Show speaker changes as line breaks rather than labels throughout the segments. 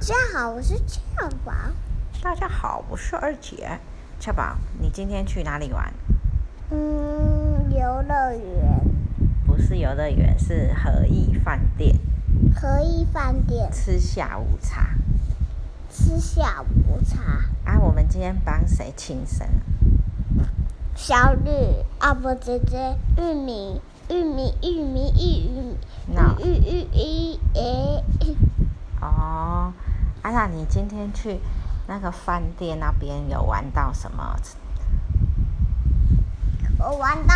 家好，我是俏宝。
大家好，我是二姐。俏宝，你今天去哪里玩？
嗯，游乐园
不是游乐园，是和逸饭店
和逸饭店
吃下午茶。
吃下午茶。
啊，我们今天帮谁庆生？
小绿，阿伯姐姐，玉米，玉米，玉米，玉米，
那
玉玉玉诶，
哦，啊，那你今天去那个饭店那边有玩到什么？
我玩到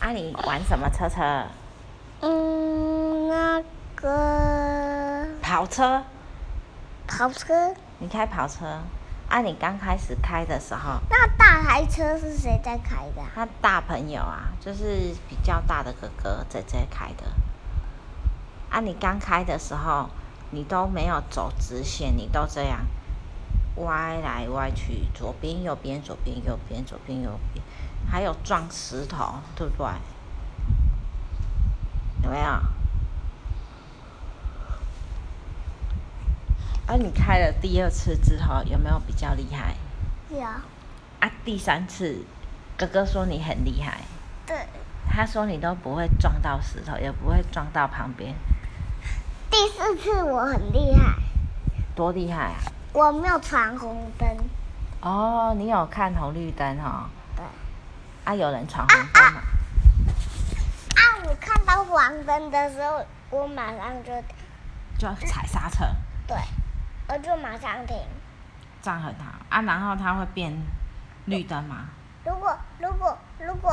啊，你玩什么车车？
嗯那个
跑车？
跑车。
你开跑车？啊，你刚开始开的时候，
那大台车是谁在开的啊？
他大朋友啊，就是比较大的哥哥姐姐开的。啊，你刚开的时候，你都没有走直线，你都这样歪来歪去，左边右边左边右边左边右边，还有撞石头，对不对？有没有？啊，你开了第二次之后，有没有比较厉害？
有，
啊，第三次，哥哥说你很厉害，
对。
他说你都不会撞到石头，也不会撞到旁边，
第四次我很厉害，
多厉害啊！
我没有闯红灯。
哦，你有看红绿灯哦？
对。
啊，有人闯红灯嘛？
啊，我看到黄灯的时候，我马上就
就踩刹车，
对，我就马上停。
这样很好啊。然后它会变绿灯嘛？
如果如果如果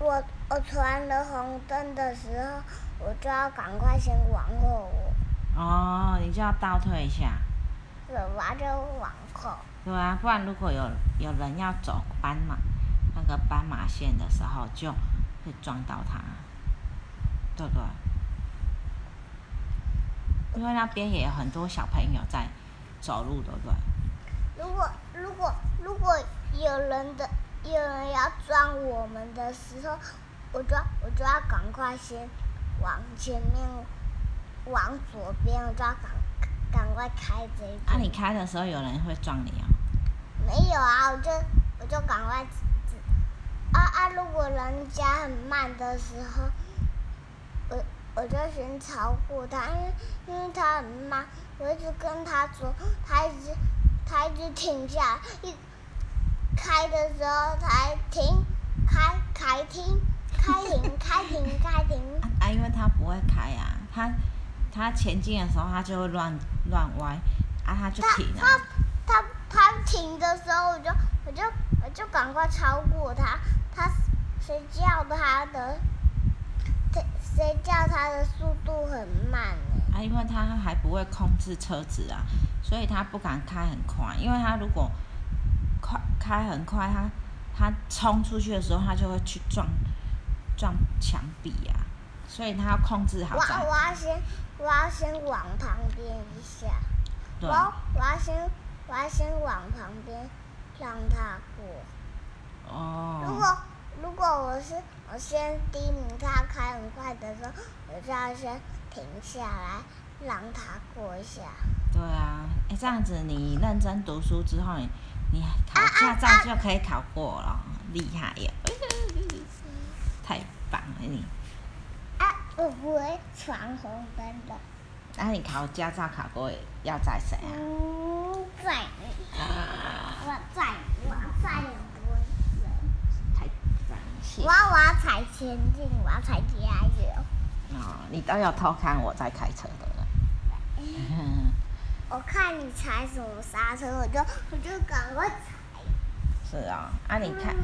我我闯了红灯的时候，我就要赶快先往后，
哦，你就要倒退一下，
对，我要就往后。
对啊，不然如果有有人要走斑马那个斑马线的时候，就会撞到他，对不对？因为那边也有很多小朋友在走路，对不对？
如果如果如果有人的有人要撞我们的时候，我就要我就要赶快先往前面，往左边，我就要赶赶快开这一
啊，
边。
你开的时候有人会撞你哦。
没有啊，我就我就赶快指指啊啊！如果人家很慢的时候，我我就先超过他，因为因为他很慢，我一直跟他走，他一直他一直停下来，一开的时候才停，开开停开停开停开停
啊，啊因为他不会开啊，他他前进的时候他就会乱乱歪，啊，他就
他
停了。
他他他停的时候，我就我就我就赶快超过他。他谁叫他的？谁谁叫他的速度很慢呢？
啊，因为他还不会控制车子啊，所以他不敢开很快，因为他如果快开很快，他他冲出去的时候，他就会去撞撞墙壁啊，所以他要控制好
我
再
我要先我要先往旁边一下，我
对
要我要先我要先往旁边让他过。如
哦，
果如果我是我先第一名，他开很快的时候，我就要先停下来让他过一下。
对啊，哎，这样子你认真读书之后，你你考
啊啊
驾照
啊
就可以考过了，厉害呀、太棒了你！
啊，我不会闯红灯的。
那、啊你考驾照考过要载谁啊？
嗯，在你，我在，我再也不会了。
太棒了，谢
我
谢
要我要踩前进，我要踩加油。
哦，你都有偷看我在开车的了。
我看你踩什么刹车，我就我就赶快踩。
是哦，啊，你看，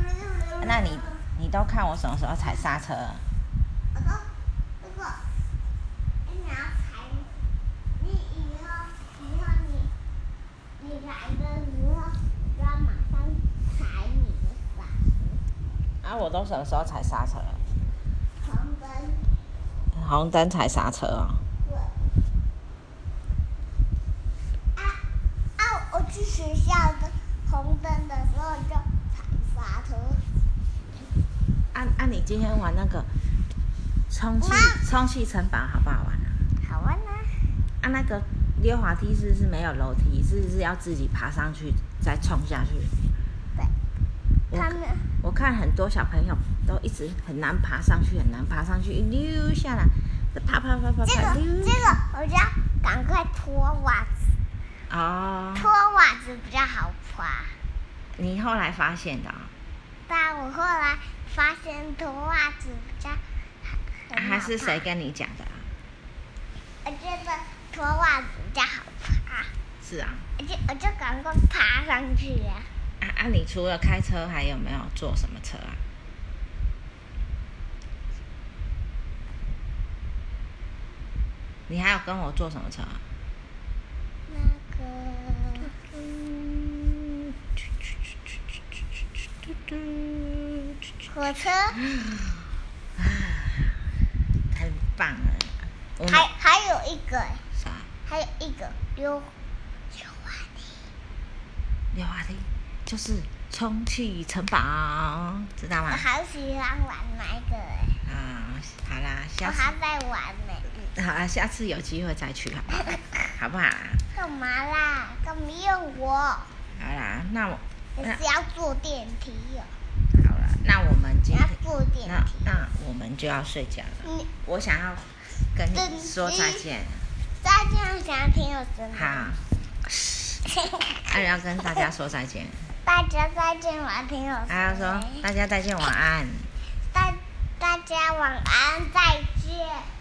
那你你都看我什么时候踩刹车？
我说，如果你要踩，你以后以后你你来的时候，我要马上踩你的刹车，
啊，我都什么时候踩刹车？
红灯。
红灯踩刹车哦。
啊啊！我去学校的红灯的时候就踩刹车。
啊啊，你今天玩那个充气
妈
充气城堡好不好玩啊？
好玩啊！
啊，那个溜滑梯是是没有楼梯，是是要自己爬上去再冲下去。
对，
我
他们
我看很多小朋友都一直很难爬上去，很难爬上去，一溜下来，再啪啪啪啪
这
啪
个
溜。
这个，我就要赶快脱袜子，
哦，
脱袜子比较好爬。
你后来发现的、哦，
但我后来发现脱袜子比较很好
啊还是谁
爬？
跟你讲的、啊？
我觉得脱袜子比较好爬，
是啊，
我就我就赶快爬上去呀、
啊啊！你除了开车，还有没有坐什么车啊？你还有跟我坐什么车啊？
那个，嗯，火车，
很棒啊！我们
还还有一个，
啥？
还有一个溜溜滑梯，
溜滑梯啊就是充气城堡，知道
我
吗？
好喜欢玩那个哎，
啊，好啦，
我
下次
还在玩呢。
好啦，下次有机会再去好不好？好不好啊？
干嘛啦？干嘛用我？
好啦，那我
你
那
是要坐电梯哦，
好了，那我们
你
今
要
天。
坐电
那
梯。
那我们就要睡觉了。
你
我想要跟你说再见，
再这样想听我声
好，
音。
阿要跟大家说再见，
大家再见，我要听我
阿要说
声音。
大家再见，晚安。
大大家晚安，再见。